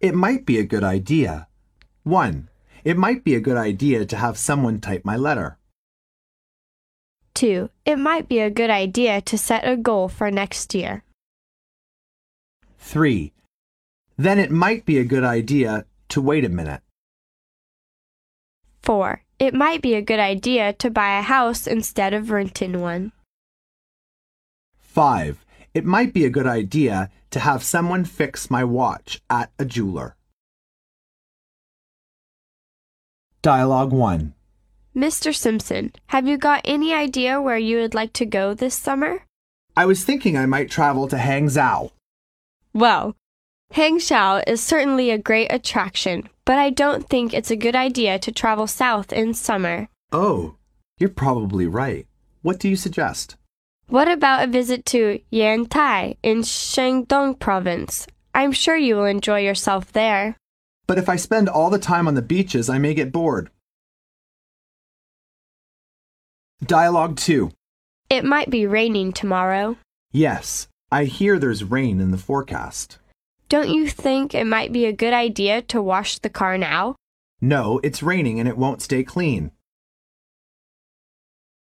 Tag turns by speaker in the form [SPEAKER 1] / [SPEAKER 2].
[SPEAKER 1] It might be a good idea. 1. It might be a good idea to have someone type my letter.
[SPEAKER 2] 2. It might be a good idea to set a goal for next year.
[SPEAKER 1] 3. Then it might be a good idea to wait a minute.
[SPEAKER 2] 4. It might be a good idea to buy a house instead of renting one.
[SPEAKER 1] 5. It might be a good idea to have someone fix my watch at a jeweler. Dialogue 1.
[SPEAKER 2] Mr. Simpson, have you got any idea where you would like to go this summer?
[SPEAKER 1] I was thinking I might travel to Hangzhou.
[SPEAKER 2] Well, Hangzhou is certainly a great attraction, but I don't think it's a good idea to travel south in summer.
[SPEAKER 1] Oh, you're probably right. What do you suggest?
[SPEAKER 2] What about a visit to Yantai in Shandong province? I'm sure you will enjoy yourself there.
[SPEAKER 1] But if I spend all the time on the beaches, I may get bored. Dialogue 2.
[SPEAKER 2] It might be raining tomorrow.
[SPEAKER 1] Yes, I hear there's rain in the forecast.
[SPEAKER 2] Don't you think it might be a good idea to wash the car now?
[SPEAKER 1] No, it's raining and it won't stay clean.